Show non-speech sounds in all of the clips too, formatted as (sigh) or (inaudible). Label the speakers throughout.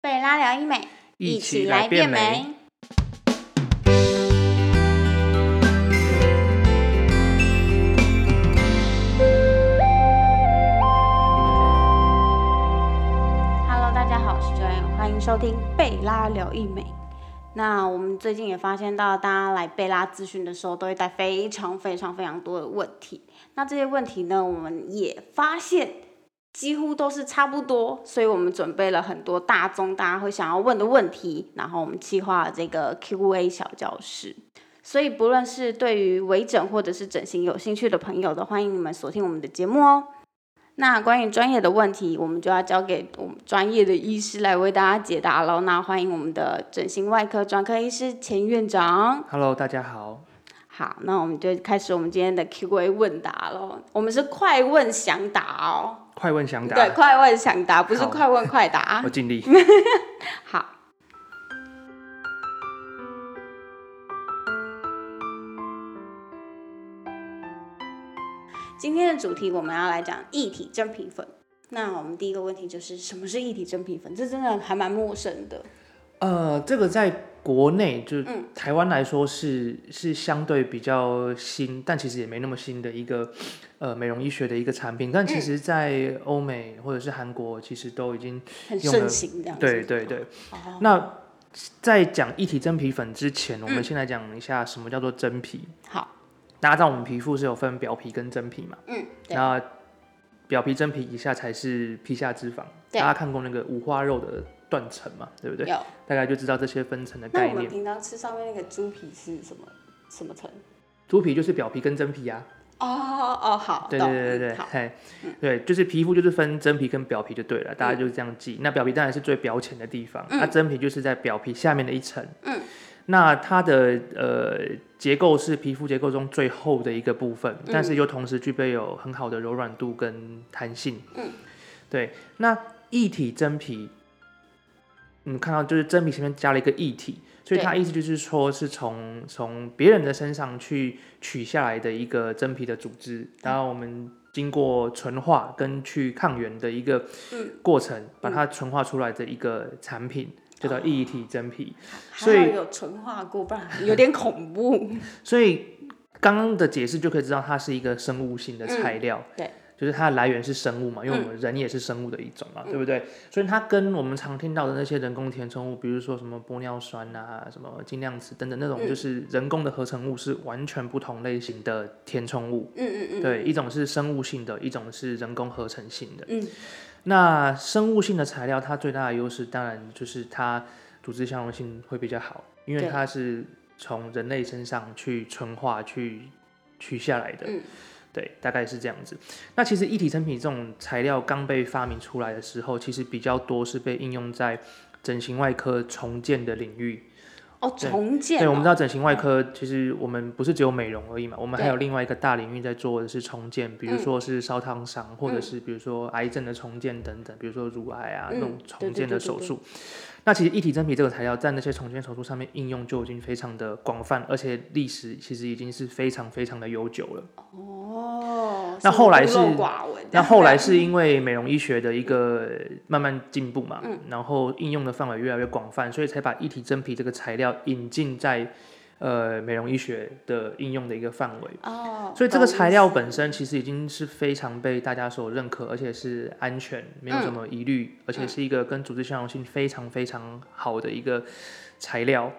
Speaker 1: 贝拉聊医美，
Speaker 2: 一起来变美。
Speaker 1: Hello，大家好，我是 Joanne，欢迎收听贝拉聊医美。那我们最近也发现到，大家来贝拉咨询的时候，都会带非常非常非常多的问题。那这些问题呢，我们也发现几乎都是差不多，所以我们准备了很多大众大家会想要问的问题，然后我们计划了这个 Q&A 小教室。所以，不论是对于微整或者是整形有兴趣的朋友的，欢迎你们锁定我们的节目哦。那关于专业的问题，我们就要交给我们专业的医师来为大家解答喽。那欢迎我们的整形外科专科医师钱院长。
Speaker 2: Hello，大家好。
Speaker 1: 好，那我们就开始我们今天的 Q&A 问答喽。我们是快问详答哦。
Speaker 2: 快问详答，
Speaker 1: 对，快问想答，不是
Speaker 2: 好
Speaker 1: 快问快答
Speaker 2: (laughs) 我。尽力。
Speaker 1: 好，今天的主题我们要来讲一体真皮粉。那我们第一个问题就是什么是一体真皮粉？这真的还蛮陌生的。
Speaker 2: 呃，这个在国内就是台湾来说是、是相对比较新，但其实也没那么新的一个呃美容医学的一个产品，但其实在欧美或者是韩国其实都已经
Speaker 1: 很
Speaker 2: 用
Speaker 1: 盛
Speaker 2: 了
Speaker 1: 行这样子。哦
Speaker 2: 对对对。那在讲一体真皮粉之前，我们先来讲一下什么叫做真皮。
Speaker 1: 嗯好，
Speaker 2: 大家知道我们皮肤是有分表皮跟真皮嘛？
Speaker 1: 嗯，对，
Speaker 2: 那表皮真皮以下才是皮下脂肪，
Speaker 1: 对
Speaker 2: 大家看过那个五花肉的断层嘛，对不对？
Speaker 1: 有。
Speaker 2: 大概就知道这些分层的
Speaker 1: 那
Speaker 2: 概
Speaker 1: 我们
Speaker 2: 念。
Speaker 1: 平常吃上面那个猪皮是什么什么层？
Speaker 2: 猪皮就是表皮跟真皮啊，
Speaker 1: 哦哦，好，
Speaker 2: 对对
Speaker 1: 懂
Speaker 2: 对对对，
Speaker 1: 好，嗯
Speaker 2: 嘿，对，就是皮肤就是分真皮跟表皮就对了，大家就是这样记。那表皮当然是最表浅的地方，
Speaker 1: 嗯
Speaker 2: 那、真皮就是在表皮下面的一层。嗯，那它的呃结构是皮肤结构中最厚的一个部分，但是又同时具备有很好的柔软度跟弹性。嗯，对，那一体真皮，你看到就是真皮前面加了一个一体。所以它意思就是说，是从从别人的身上去取下来的一个真皮的组织，然后我们经过纯化跟去抗原的一个过程，把它纯化出来的一个产品，叫做一体真皮。所以
Speaker 1: 还好有纯化过，不然有点恐
Speaker 2: (laughs)
Speaker 1: 怖。
Speaker 2: 所以刚刚的解释就可以知道，它是一个生物性的材料，
Speaker 1: 嗯对，嗯
Speaker 2: 就是它的来源是生物嘛，因为我们人也是生物的一种嘛，对不对？所以它跟我们常听到的那些人工填充物，比如说什么玻尿酸啊、什么精量子等等那
Speaker 1: 嗯
Speaker 2: 种，就是人工的合成物，是完全不同类型的填充物。
Speaker 1: 嗯嗯嗯，
Speaker 2: 对，一种是生物性的，一种是人工合成性的。
Speaker 1: 嗯，
Speaker 2: 那生物性的材料，它最大的优势当然就是它组织相容性会比较好，因为
Speaker 1: 对
Speaker 2: 它是从人类身上去纯化、去取下来的。
Speaker 1: 嗯
Speaker 2: 对，大概是这样子。那其实一体成品这种材料刚被发明出来的时候，其实比较多是被应用在整形外科重建的领域。
Speaker 1: 哦，
Speaker 2: 对
Speaker 1: 重建、
Speaker 2: 对，我
Speaker 1: 哦，
Speaker 2: 们知道整形外科其实我们不是只有美容而已嘛，我们还
Speaker 1: 对嗯
Speaker 2: 有另外一个大领域在做的是重建，比如说是烧烫伤，或者是比如说癌症的重建等等，比如说乳癌啊、
Speaker 1: 嗯
Speaker 2: 那种重
Speaker 1: 对对
Speaker 2: 建
Speaker 1: 对对
Speaker 2: 的手术。那其实一体真皮这个材料在那些重建手术上面应用就已经非常的广泛，而且历史其实已经是非常非常的悠久了。
Speaker 1: 哦，
Speaker 2: 那
Speaker 1: 是
Speaker 2: 后来
Speaker 1: 孤陋
Speaker 2: 是
Speaker 1: 寡闻，
Speaker 2: 那后来是因为美容医学的一个慢慢进步嘛，然后应用的范围越来越广泛，所以才把一体真皮这个材料引进在呃美容医学的应用的一个范围。
Speaker 1: 哦，
Speaker 2: 所以这个
Speaker 1: 懂
Speaker 2: 材料本身其实已经是非常被大家所认可，而且是安全，没有什么疑虑，而且是一个跟组织相容性非常非常好的一个材料。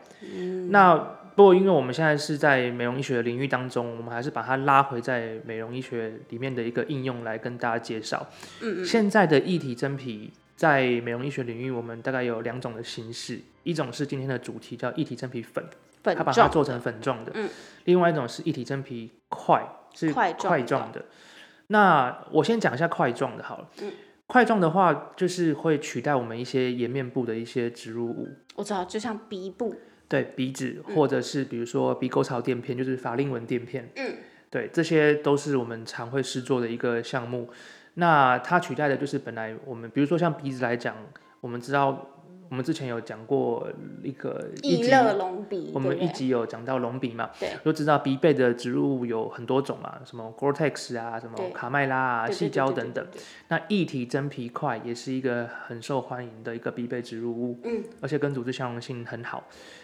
Speaker 2: 那不过因为我们现在是在美容医学的领域当中，我们还是把它拉回在美容医学里面的一个应用来跟大家介绍。嗯现在的一体真皮。在美容医学领域，我们大概有两种的形式，一种是今天的主题叫一体真皮粉，
Speaker 1: 粉
Speaker 2: 它把它
Speaker 1: 状嗯
Speaker 2: 做成粉状的。另外一种是一体真皮块，是
Speaker 1: 块状
Speaker 2: 块
Speaker 1: 的
Speaker 2: 状的。那我先讲一下块状的好了。
Speaker 1: 嗯
Speaker 2: 块状的话，就是会取代我们一些颜面部的一些植入物，
Speaker 1: 我知道，就像鼻部，
Speaker 2: 对鼻子，
Speaker 1: 嗯
Speaker 2: 或者是比如说鼻沟槽垫片，就是法令纹垫片。
Speaker 1: 嗯，
Speaker 2: 对，这些都是我们常会试做的一个项目。那它取代的就是本来我们，比如说像鼻子来讲，我们知道我们之前有讲过一个嗯一
Speaker 1: 易
Speaker 2: 集，
Speaker 1: 乐隆鼻，
Speaker 2: 我
Speaker 1: 对
Speaker 2: 们
Speaker 1: 不
Speaker 2: 一
Speaker 1: 对
Speaker 2: 集有讲到隆鼻嘛，
Speaker 1: 对
Speaker 2: 就知道鼻背的植入物有很多种嘛，什么 Gore-Tex 啊，什么
Speaker 1: 对
Speaker 2: 卡麦拉啊、
Speaker 1: 对对
Speaker 2: 细
Speaker 1: 对
Speaker 2: 胶
Speaker 1: 对对
Speaker 2: 等等。
Speaker 1: 对对
Speaker 2: 那一体真皮块也是一个很受欢迎的一个必备植入物，嗯，而且跟组织相容性很好。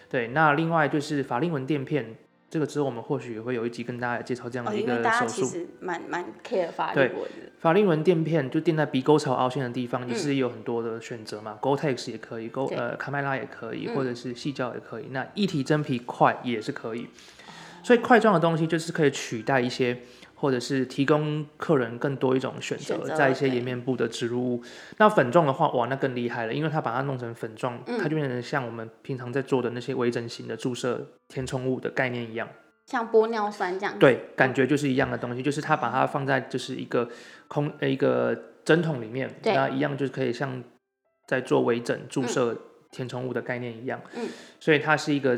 Speaker 2: 对，那另外就是法令纹垫片，这个之后我们或许也会有一集跟大家介绍这样
Speaker 1: 哦，
Speaker 2: 的一
Speaker 1: 因为
Speaker 2: 个
Speaker 1: 大家
Speaker 2: 手
Speaker 1: 其
Speaker 2: 术。
Speaker 1: 实蛮蛮 care 法律
Speaker 2: 对
Speaker 1: 文的，
Speaker 2: 法令纹垫片就垫在鼻沟槽凹陷的地方，也是有很多的选择嘛、g o t e x 也可以，沟
Speaker 1: 嗯对嗯
Speaker 2: 呃卡麦拉也可以，或者是细胶也可以。那一体真皮块也是可以，所以块状的东西就是可以取代一些，或者是提供客人更多一种选择
Speaker 1: 选，择
Speaker 2: 在一些
Speaker 1: 对
Speaker 2: 颜面部的植入物。那粉状的话，哇，那更厉害了，因为它把它弄成粉状，
Speaker 1: 嗯
Speaker 2: 它就变成像我们平常在做的那些微整形的注射填充物的概念一样。
Speaker 1: 像玻尿酸这样子。
Speaker 2: 对，感觉就是一样的东西，就是它把它放在就是一个空呃一个针筒里面，
Speaker 1: 对
Speaker 2: 那一样就是可以像在做微整注射填充物的概念一样，
Speaker 1: 嗯，
Speaker 2: 所以它是一个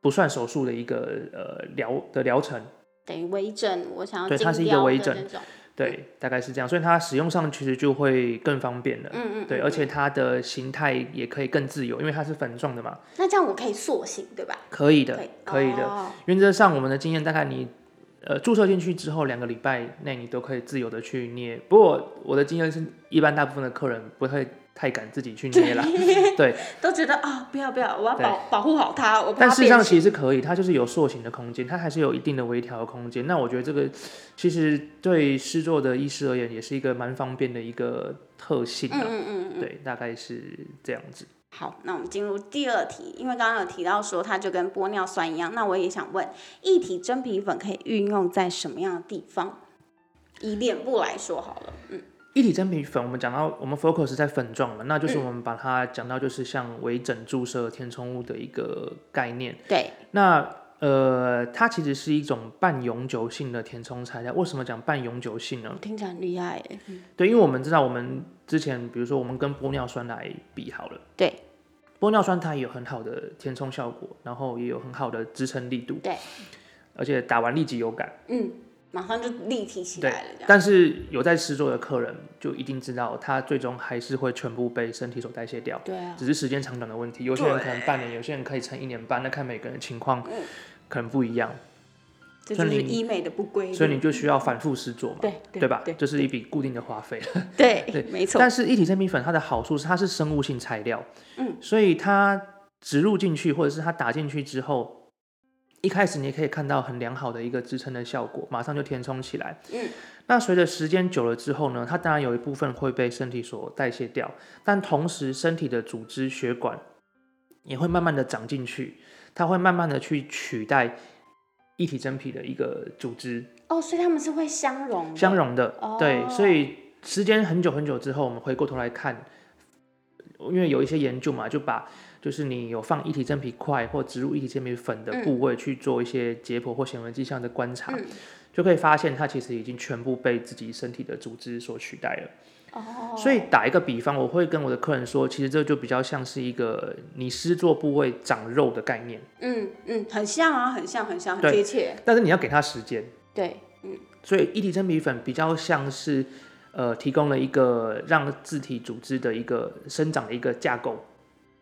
Speaker 2: 不算手术的一个呃疗的疗程，
Speaker 1: 等于微整，我想要
Speaker 2: 对它
Speaker 1: 精
Speaker 2: 是一个
Speaker 1: 雕
Speaker 2: 微
Speaker 1: 的
Speaker 2: 整
Speaker 1: 那种，嗯
Speaker 2: 对，大概是这样，所以它使用上其实就会更方便了，
Speaker 1: 嗯嗯，
Speaker 2: 对，
Speaker 1: 嗯
Speaker 2: 而且它的形态也可以更自由，因为它是粉状的嘛，
Speaker 1: 那这样我可以塑形对吧？
Speaker 2: 可以的
Speaker 1: 可以，，
Speaker 2: 可以的，
Speaker 1: 哦
Speaker 2: 原则上，我们的经验大概你呃注射进去之后两个礼拜内，你都可以自由的去捏。不过我的经验是，一般大部分的客人不会太敢自己去捏
Speaker 1: (laughs)
Speaker 2: 啦。对，
Speaker 1: 都觉得啊、不要不要，我要
Speaker 2: 对
Speaker 1: 保保护好它，我怕
Speaker 2: 但
Speaker 1: 它
Speaker 2: 事实上
Speaker 1: 变形。
Speaker 2: 其实可以，它就是有塑形的空间，它还是有一定的微调的空间。那我觉得这个其实对施作的医师而言，也是一个蛮方便的一个特性
Speaker 1: 嗯
Speaker 2: 啊。
Speaker 1: 嗯嗯嗯，
Speaker 2: 对，大概是这样子。
Speaker 1: 好，那我们进入第二题，因为刚刚有提到说它就跟玻尿酸一样，那我也想问，一体真皮粉可以运用在什么样的地方？以脸部来说好了，嗯，
Speaker 2: 一体真皮粉，我们讲到我们 focus 在粉状嘛，那就是
Speaker 1: 嗯
Speaker 2: 我们把它讲到就是像微整注射填充物的一个概念。
Speaker 1: 对，
Speaker 2: 那呃，它其实是一种半永久性的填充材料。为什么讲半永久性呢？
Speaker 1: 哦听起来很厉害耶，
Speaker 2: 对，因为我们知道我们之前，比如说我们跟玻尿酸来比好了，
Speaker 1: 对，
Speaker 2: 玻尿酸它也有很好的填充效果，然后也有很好的支撑力度，
Speaker 1: 对，
Speaker 2: 而且打完立即有感。
Speaker 1: 嗯，马上就立体起来了，这样，
Speaker 2: 但是有在施作的客人就一定知道，他最终还是会全部被身体所代谢掉。
Speaker 1: 对啊，
Speaker 2: 只是时间长短的问题。有些人可能半年，有些人可以撑一年半，那看每个人情况
Speaker 1: 嗯
Speaker 2: 可能不一样，
Speaker 1: 这就
Speaker 2: 所以
Speaker 1: 是
Speaker 2: 你
Speaker 1: 医美的不规律，
Speaker 2: 所以你就需要反复施作嘛，
Speaker 1: 对
Speaker 2: 对吧？
Speaker 1: 对
Speaker 2: 这是一笔固定的花 (laughs) 费。
Speaker 1: 对
Speaker 2: 对
Speaker 1: 没错，
Speaker 2: 但是一体成品粉它的好处是它是生物性材料，
Speaker 1: 嗯，
Speaker 2: 所以它植入进去或者是它打进去之后，一开始你也可以看到很良好的一个支撑的效果，马上就填充起来。
Speaker 1: 嗯，
Speaker 2: 那随着时间久了之后呢，它当然有一部分会被身体所代谢掉，但同时身体的组织血管也会慢慢的长进去，它会慢慢的去取代一体真皮的一个组织。
Speaker 1: 哦，所以他们是会相融的，
Speaker 2: 相容的，
Speaker 1: 哦
Speaker 2: 对，所以时间很久很久之后，我们回过头来看，因为有一些研究嘛，就把就是你有放一体真皮块或植入一体真皮粉的部位去做一些解剖或显微镜上的观察，
Speaker 1: 嗯
Speaker 2: 就可以发现它其实已经全部被自己身体的组织所取代了。
Speaker 1: 哦，
Speaker 2: 所以打一个比方，我会跟我的客人说，其实这就比较像是一个你施作部位长肉的概念，
Speaker 1: 嗯嗯，很像啊，很像，很像，很
Speaker 2: 对
Speaker 1: 贴切，
Speaker 2: 但是你要给它时间。
Speaker 1: 对，
Speaker 2: 所以一体真皮粉比较像是呃提供了一个让自体组织的一个生长的一个架构，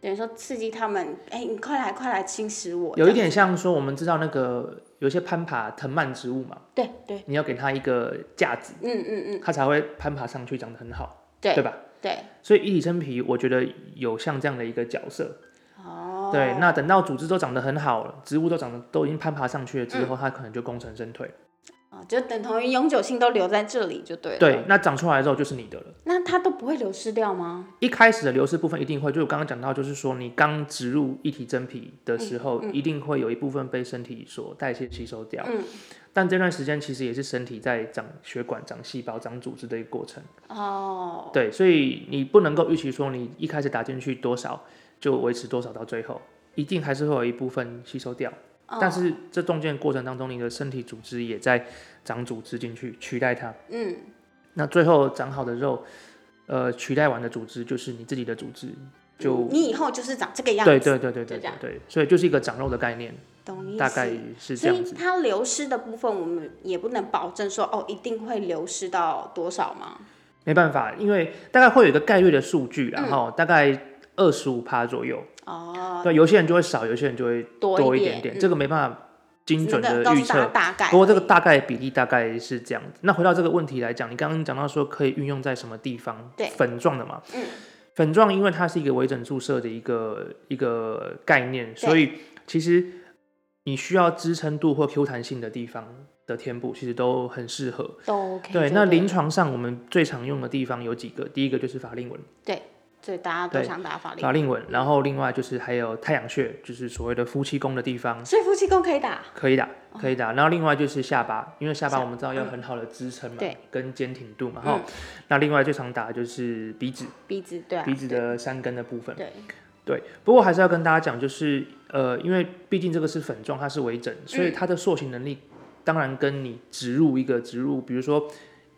Speaker 1: 等于说刺激他们，哎、你快来快来侵蚀我，
Speaker 2: 有
Speaker 1: 这
Speaker 2: 一
Speaker 1: 样
Speaker 2: 点像说我们知道那个有一些攀爬藤蔓植物嘛，
Speaker 1: 对对，
Speaker 2: 你要给它一个架子，
Speaker 1: 嗯嗯嗯，
Speaker 2: 它才会攀爬上去，长得很好，
Speaker 1: 对
Speaker 2: 对吧？
Speaker 1: 对，
Speaker 2: 所以一体真皮，我觉得有像这样的一个角色。
Speaker 1: 哦，
Speaker 2: 对，那等到组织都长得很好了，植物都长得都已经攀爬上去了
Speaker 1: 嗯
Speaker 2: 之后，它可能就功成身退。
Speaker 1: 哦，就等同于永久性都留在这里就对了，，
Speaker 2: 对，那长出来之后就是你的了。
Speaker 1: 那它都不会流失掉吗？
Speaker 2: 一开始的流失部分一定会，就我刚刚讲到，就是说你刚植入一体真皮的时候，一定会有一部分被身体所代谢吸收掉。
Speaker 1: 嗯
Speaker 2: 但这段时间其实也是身体在长血管、长细胞、长组织的一个过程。
Speaker 1: 哦，
Speaker 2: 对，所以你不能够预期说你一开始打进去多少就维持多少到最后，一定还是会有一部分吸收掉。
Speaker 1: 哦
Speaker 2: 但是这中间的过程当中，你的身体组织也在长组织进去取代它。
Speaker 1: 嗯，
Speaker 2: 那最后长好的肉，呃，取代完的组织就是你自己的组织，就
Speaker 1: 你以后就是长这嗯个样子，
Speaker 2: 对对对对对
Speaker 1: 就这
Speaker 2: 对
Speaker 1: 样
Speaker 2: 对，所以就是一个长肉的概念，
Speaker 1: 懂意思，
Speaker 2: 大概是
Speaker 1: 所
Speaker 2: 这样
Speaker 1: 以
Speaker 2: 子。
Speaker 1: 它流失的部分，我们也不能保证说哦，一定会流失到多少吗？
Speaker 2: 没办法，因为大概会有一个概率的数据啦，然后、大概。二十五趴左右。
Speaker 1: 嗯哦，
Speaker 2: 对，有些人就会少，有些人就会
Speaker 1: 多
Speaker 2: 多
Speaker 1: 一
Speaker 2: 一点
Speaker 1: 点嗯
Speaker 2: 点，这个没办法精准
Speaker 1: 只能
Speaker 2: 的
Speaker 1: 告
Speaker 2: 预
Speaker 1: 诉大家
Speaker 2: 测。
Speaker 1: 大概。
Speaker 2: 不过这个大概比例大概是这样子。那回到这个问题来讲，你刚刚讲到说可以运用在什么地方？
Speaker 1: 对
Speaker 2: 粉状的嘛。
Speaker 1: 嗯。
Speaker 2: 粉状因为它是一个微整注射的一个一个概念，所以其实你需要支撑度或 Q 弹性的地方的填补，其实都很适合。
Speaker 1: 都 OK 就
Speaker 2: 对，
Speaker 1: 对，
Speaker 2: 那临床上我们最常用的地方有几个，第一个就是法令纹，
Speaker 1: 所以大家都
Speaker 2: 对
Speaker 1: 想打法令
Speaker 2: 法，令纹，然后另外就是还有太阳穴，就是所谓的夫妻宫的地方，
Speaker 1: 所以夫妻宫可以打。
Speaker 2: 可以打，可以打。然后另外就是下巴，因为下巴
Speaker 1: 哦下嗯
Speaker 2: 我们知道要很好的支撑嘛，
Speaker 1: 对，
Speaker 2: 跟坚挺度嘛，
Speaker 1: 嗯
Speaker 2: 哈、那另外最常打的就是鼻子，
Speaker 1: 鼻子对啊，
Speaker 2: 鼻子的山根的部分。
Speaker 1: 对
Speaker 2: 对，不过还是要跟大家讲，就是呃，因为毕竟这个是粉状，它是微整，所
Speaker 1: 嗯
Speaker 2: 以它的塑形能力当然跟你植入一个植入，比如说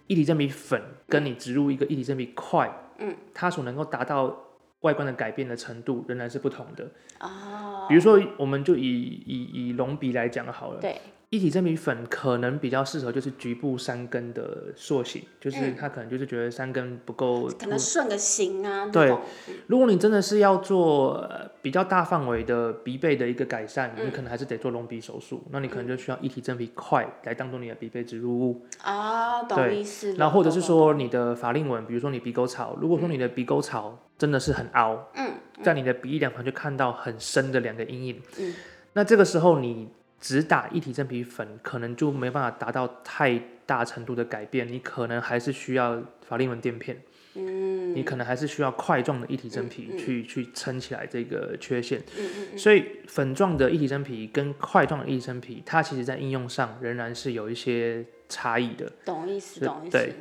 Speaker 2: 一体真皮粉，跟你植入一个一体真皮块，
Speaker 1: 嗯，
Speaker 2: 它所能够达到外观的改变的程度仍然是不同的。
Speaker 1: 哦，
Speaker 2: 比如说，我们就以以以隆鼻来讲好了，
Speaker 1: 对
Speaker 2: 一体真皮粉可能比较适合就是局部山根的塑形，就是
Speaker 1: 嗯
Speaker 2: 它可能就是觉得山根不够
Speaker 1: 可
Speaker 2: 突
Speaker 1: 能顺个形啊，
Speaker 2: 对
Speaker 1: 这种
Speaker 2: 如果你真的是要做、呃比较大范围的鼻背的一个改善，
Speaker 1: 嗯
Speaker 2: 你可能还是得做隆鼻手术，那你可能就需要一体真皮块来当做你的鼻背植入物，
Speaker 1: 啊，懂
Speaker 2: 对
Speaker 1: 意思了。
Speaker 2: 然后或者
Speaker 1: 懂嗯
Speaker 2: 是，说你的法令纹，比如说你鼻沟槽，如果说你的鼻沟槽真的是很凹，
Speaker 1: 懂嗯，
Speaker 2: 在你的鼻翼两旁就看到很深的两个阴影，
Speaker 1: 嗯
Speaker 2: 那这个时候你只打一体真皮粉，可能就没办法达到太大程度的改变，你可能还是需要法令纹垫片。
Speaker 1: 嗯，
Speaker 2: 你可能还是需要块状的一体
Speaker 1: 嗯
Speaker 2: 真
Speaker 1: 嗯
Speaker 2: 皮去、去撑起来这个缺陷，
Speaker 1: 嗯嗯嗯，
Speaker 2: 所以粉状的一体真皮跟块状的一体真皮，它其实在应用上仍然是有一些差异的。
Speaker 1: 懂意思，
Speaker 2: 是
Speaker 1: 懂意思
Speaker 2: 对。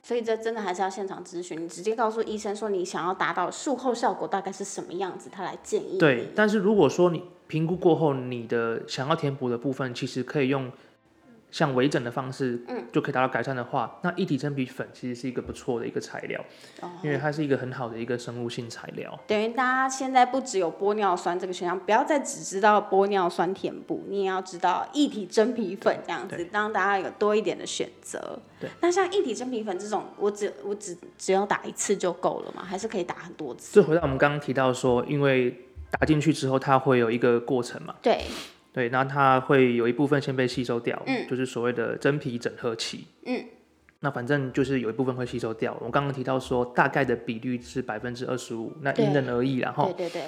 Speaker 1: 所以这真的还是要现场咨询，你直接告诉医生说你想要达到术后效果大概是什么样子，他来建议你。
Speaker 2: 对，但是如果说你评估过后，你的想要填补的部分，其实可以用像微整的方式，
Speaker 1: 嗯
Speaker 2: 就可以达到改善的话，那一体真皮粉其实是一个不错的一个材料，
Speaker 1: 哦
Speaker 2: 因为它是一个很好的一个生物性材料。
Speaker 1: 等于大家现在不只有玻尿酸这个选项，不要再只知道玻尿酸填补，你也要知道一体真皮粉这样子，让大家有多一点的选择。
Speaker 2: 对，
Speaker 1: 那像一体真皮粉这种，我只我只只要打一次就够了吗？还是可以打很多次？
Speaker 2: 这回到我们刚刚提到说，因为打进去之后，它会有一个过程嘛。
Speaker 1: 对，
Speaker 2: 对，那它会有一部分先被吸收掉，
Speaker 1: 嗯
Speaker 2: 就是所谓的真皮整合期。
Speaker 1: 嗯，
Speaker 2: 那反正就是有一部分会吸收掉。我刚刚提到说，大概的比率是百分之二十五，那
Speaker 1: 对
Speaker 2: 因人而异啦，然
Speaker 1: 对
Speaker 2: 后
Speaker 1: 对对，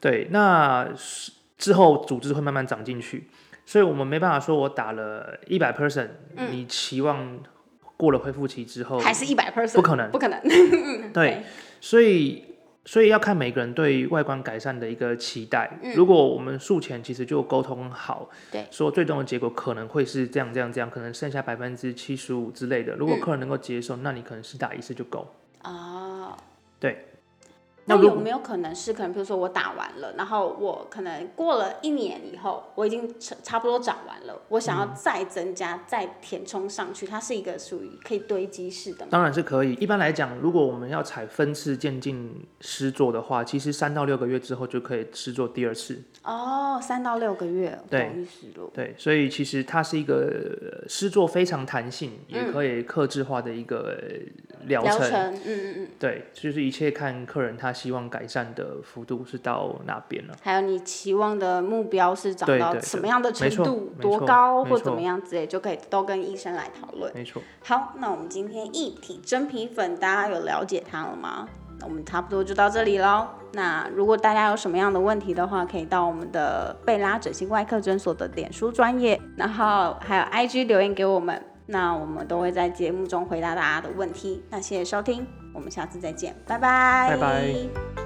Speaker 2: 对，那是之后组织会慢慢长进去，所以我们没办法说我打了一百 percent，你期望过了恢复期之后
Speaker 1: 嗯还是一百 percent，
Speaker 2: 不可能，
Speaker 1: 不可能。
Speaker 2: 对，所以所以要看每个人对外观改善的一个期待。如果我们术前其实就沟通好，
Speaker 1: 嗯对，
Speaker 2: 说最终的结果可能会是这样这样这样，可能剩下百分之七十五之类的。如果
Speaker 1: 嗯
Speaker 2: 客人能够接受，那你可能是打一次就够。
Speaker 1: 哦，
Speaker 2: 对。
Speaker 1: 那
Speaker 2: 那如
Speaker 1: 有
Speaker 2: 果
Speaker 1: 没有可能是可能，比如说我打完了，然后我可能过了一年以后，我已经差差不多长完了，我想要
Speaker 2: 嗯
Speaker 1: 再增加、再填充上去，它是一个属于可以堆积式的吗？
Speaker 2: 当然是可以。一般来讲，如果我们要采分次渐进施做的话，其实三到六个月之后就可以施做第二次。
Speaker 1: 哦，三到六个月，我
Speaker 2: 对
Speaker 1: 懂意思了。
Speaker 2: 对，所以其实它是一个呃施做非常弹性，也可以克制化的一个呃疗
Speaker 1: 嗯疗
Speaker 2: 程。
Speaker 1: 程，嗯嗯嗯，
Speaker 2: 对，就是一切看客人他希望改善的幅度是到哪边了。
Speaker 1: 嗯还有你期望的目标是长
Speaker 2: 对
Speaker 1: 到
Speaker 2: 对
Speaker 1: 什
Speaker 2: 对
Speaker 1: 么样的程
Speaker 2: 没错
Speaker 1: 度，
Speaker 2: 没
Speaker 1: 多
Speaker 2: 错
Speaker 1: 高
Speaker 2: 没
Speaker 1: 或怎
Speaker 2: 错
Speaker 1: 么样之类，就可以都跟医生来讨论。
Speaker 2: 没错，
Speaker 1: 好，那我们今天一体真皮粉，大家有了解它了吗？那我们差不多就到这里喽。那如果大家有什么样的问题的话，可以到我们的贝拉整形外科诊所的脸书专业，然后还有 IG 留言给我们，那我们都会在节目中回答大家的问题。那谢谢收听，我们下次再见，拜拜，
Speaker 2: 拜拜。